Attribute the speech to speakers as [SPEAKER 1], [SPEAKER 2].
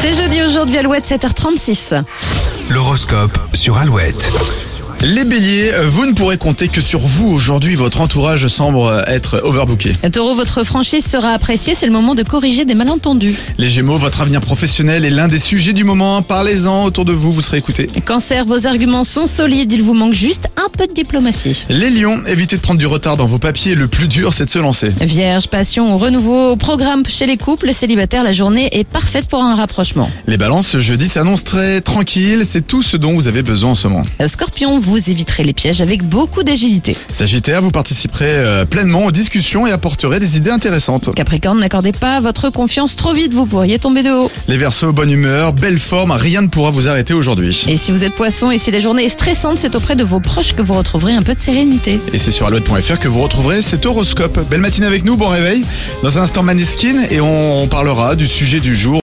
[SPEAKER 1] C'est jeudi aujourd'hui, Alouette, 7h36.
[SPEAKER 2] L'horoscope sur Alouette.
[SPEAKER 3] Les béliers, vous ne pourrez compter que sur vous aujourd'hui. Votre entourage semble être overbooké.
[SPEAKER 1] Taureau, votre franchise sera appréciée. C'est le moment de corriger des malentendus.
[SPEAKER 3] Les gémeaux, votre avenir professionnel est l'un des sujets du moment. Parlez-en autour de vous, vous serez écoutés.
[SPEAKER 1] Cancer, vos arguments sont solides. Il vous manque juste un peu de diplomatie.
[SPEAKER 3] Les lions, évitez de prendre du retard dans vos papiers. Le plus dur, c'est de se lancer.
[SPEAKER 1] Vierge, passion, renouveau, programme chez les couples célibataires. La journée est parfaite pour un rapprochement.
[SPEAKER 3] Les balances, ce jeudi s'annonce très tranquille. C'est tout ce dont vous avez besoin en ce moment.
[SPEAKER 1] Euh, Scorpion, vous éviterez les pièges avec beaucoup d'agilité.
[SPEAKER 3] Sagittaire, vous participerez euh, pleinement aux discussions et apporterez des idées intéressantes.
[SPEAKER 1] Capricorne, n'accordez pas votre confiance trop vite. Vous pourriez tomber de haut.
[SPEAKER 3] Les versos, bonne humeur, belle forme. Rien ne pourra vous arrêter aujourd'hui.
[SPEAKER 1] Et si vous êtes poisson et si la journée est stressante, c'est auprès de vos proches que vous retrouverez un peu de sérénité.
[SPEAKER 3] Et c'est sur alouette.fr que vous retrouverez cet horoscope. Belle matinée avec nous, bon réveil. Dans un instant, Maneskin et on on parlera du sujet du jour.